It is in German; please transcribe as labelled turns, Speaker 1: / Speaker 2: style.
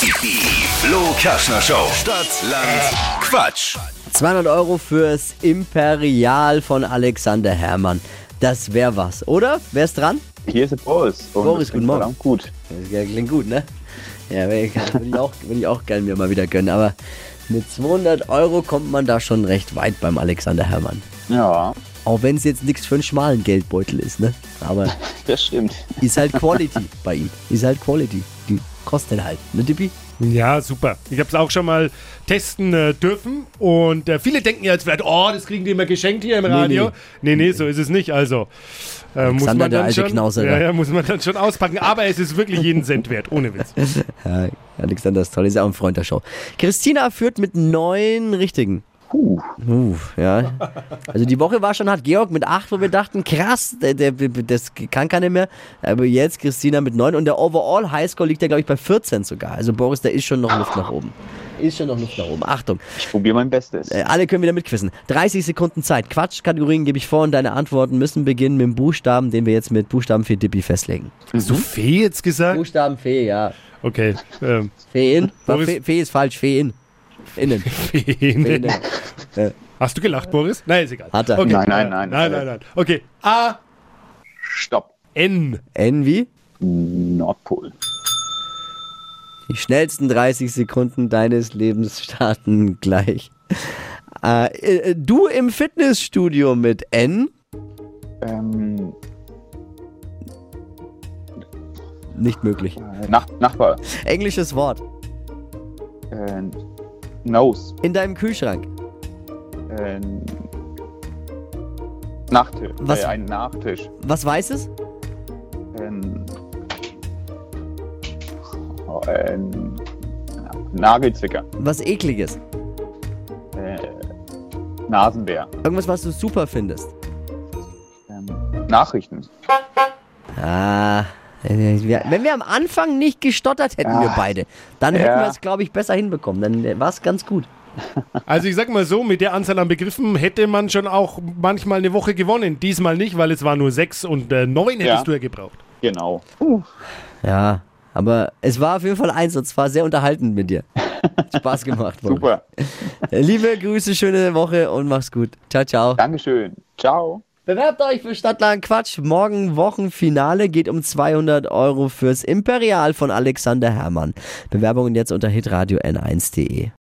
Speaker 1: Die Flo Kaschner Show. Stadt, Land, Quatsch.
Speaker 2: 200 Euro fürs Imperial von Alexander Herrmann. Das wäre was, oder? Wer ist dran?
Speaker 3: Hier ist der Boris. Und
Speaker 2: Boris,
Speaker 3: das
Speaker 2: guten
Speaker 3: klingt
Speaker 2: Morgen.
Speaker 3: verdammt Gut.
Speaker 2: Das klingt gut, ne? Ja, will ich, will ich, auch, will ich auch gerne mir mal wieder gönnen. Aber mit 200 Euro kommt man da schon recht weit beim Alexander Herrmann.
Speaker 3: Ja,
Speaker 2: Auch wenn es jetzt nichts für einen schmalen Geldbeutel ist, ne? Aber
Speaker 3: das stimmt.
Speaker 2: ist halt Quality bei ihm. Ist halt Quality. Die kostet halt, ne Dippi?
Speaker 4: Ja, super. Ich habe es auch schon mal testen äh, dürfen und äh, viele denken jetzt vielleicht, oh, das kriegen die immer geschenkt hier im Radio. Nee, nee, so ist es nicht. Also äh, muss
Speaker 2: Alexander,
Speaker 4: man
Speaker 2: der alte
Speaker 4: dann
Speaker 2: ne?
Speaker 4: schon,
Speaker 2: Knauserer.
Speaker 4: ja, ja, muss man dann schon auspacken. Aber es ist wirklich jeden Cent wert, ohne Witz.
Speaker 2: Mhm. Ja, Alexander ist toll, ist ja auch ein Freund der Show. Christina führt mit neun richtigen.
Speaker 3: Puh.
Speaker 2: Uh, ja. Also die Woche war schon hart. Georg mit acht, wo wir dachten, krass, der, der, das kann keiner mehr. Aber jetzt Christina mit neun und der Overall Highscore liegt ja, glaube ich, bei 14 sogar. Also Boris, da ist schon noch Luft nach oben. Ist schon noch Luft nach oben. Achtung.
Speaker 3: Ich probiere mein Bestes.
Speaker 2: Äh, alle können wieder mitquissen. 30 Sekunden Zeit. Quatschkategorien gebe ich vor und deine Antworten müssen beginnen mit dem Buchstaben, den wir jetzt mit Buchstaben für Dippy festlegen.
Speaker 4: Hast du Fee jetzt gesagt?
Speaker 2: Buchstaben Fee, ja.
Speaker 4: Okay. Ähm,
Speaker 2: Feen?
Speaker 4: Boris-
Speaker 2: Fee, Fee ist falsch, Feen. Innen.
Speaker 4: Fee.
Speaker 2: Innen.
Speaker 4: Hast du gelacht, Boris? Nein, ist egal.
Speaker 2: Hat er.
Speaker 4: Okay.
Speaker 3: Nein, nein, nein.
Speaker 4: Nein, nein, nein. Okay. A,
Speaker 3: Stopp.
Speaker 4: N.
Speaker 2: N wie?
Speaker 3: Nordpol.
Speaker 2: Die schnellsten 30 Sekunden deines Lebens starten gleich. Äh, äh, du im Fitnessstudio mit N,
Speaker 3: Ähm,
Speaker 2: nicht möglich.
Speaker 3: äh, Nach Nachbar.
Speaker 2: Englisches Wort.
Speaker 3: Äh, Nose.
Speaker 2: In deinem Kühlschrank.
Speaker 3: Äh, Nachtisch.
Speaker 2: Was-
Speaker 3: Äh, ein Nachtisch.
Speaker 2: Was weiß es?
Speaker 3: Ähm, oh, ähm, Nagelzicker.
Speaker 2: Was ekliges.
Speaker 3: Äh, Nasenbär.
Speaker 2: Irgendwas, was du super findest.
Speaker 3: Ähm, Nachrichten.
Speaker 2: Ah. äh, wir- Wenn wir am Anfang nicht gestottert hätten, wir
Speaker 3: Ah.
Speaker 2: beide, dann hätten
Speaker 3: Ja.
Speaker 2: wir es, glaube ich, besser hinbekommen. Dann war es ganz gut.
Speaker 4: Also ich sag mal so, mit der Anzahl an Begriffen hätte man schon auch manchmal eine Woche gewonnen. Diesmal nicht, weil es war nur sechs und äh, neun hättest
Speaker 3: Ja.
Speaker 4: du ja gebraucht.
Speaker 3: Genau.
Speaker 2: Ja, aber es war auf jeden Fall eins und zwar sehr unterhaltend mit dir. Hat Spaß gemacht. Boris.
Speaker 3: Super.
Speaker 2: Liebe Grüße, schöne Woche und mach's gut. Ciao, ciao.
Speaker 3: Dankeschön. Ciao.
Speaker 2: Bewerbt euch für Stadtland Quatsch. Morgen Wochenfinale geht um 200 Euro fürs Imperial von Alexander Herrmann. Bewerbungen jetzt unter hitradio n1.de.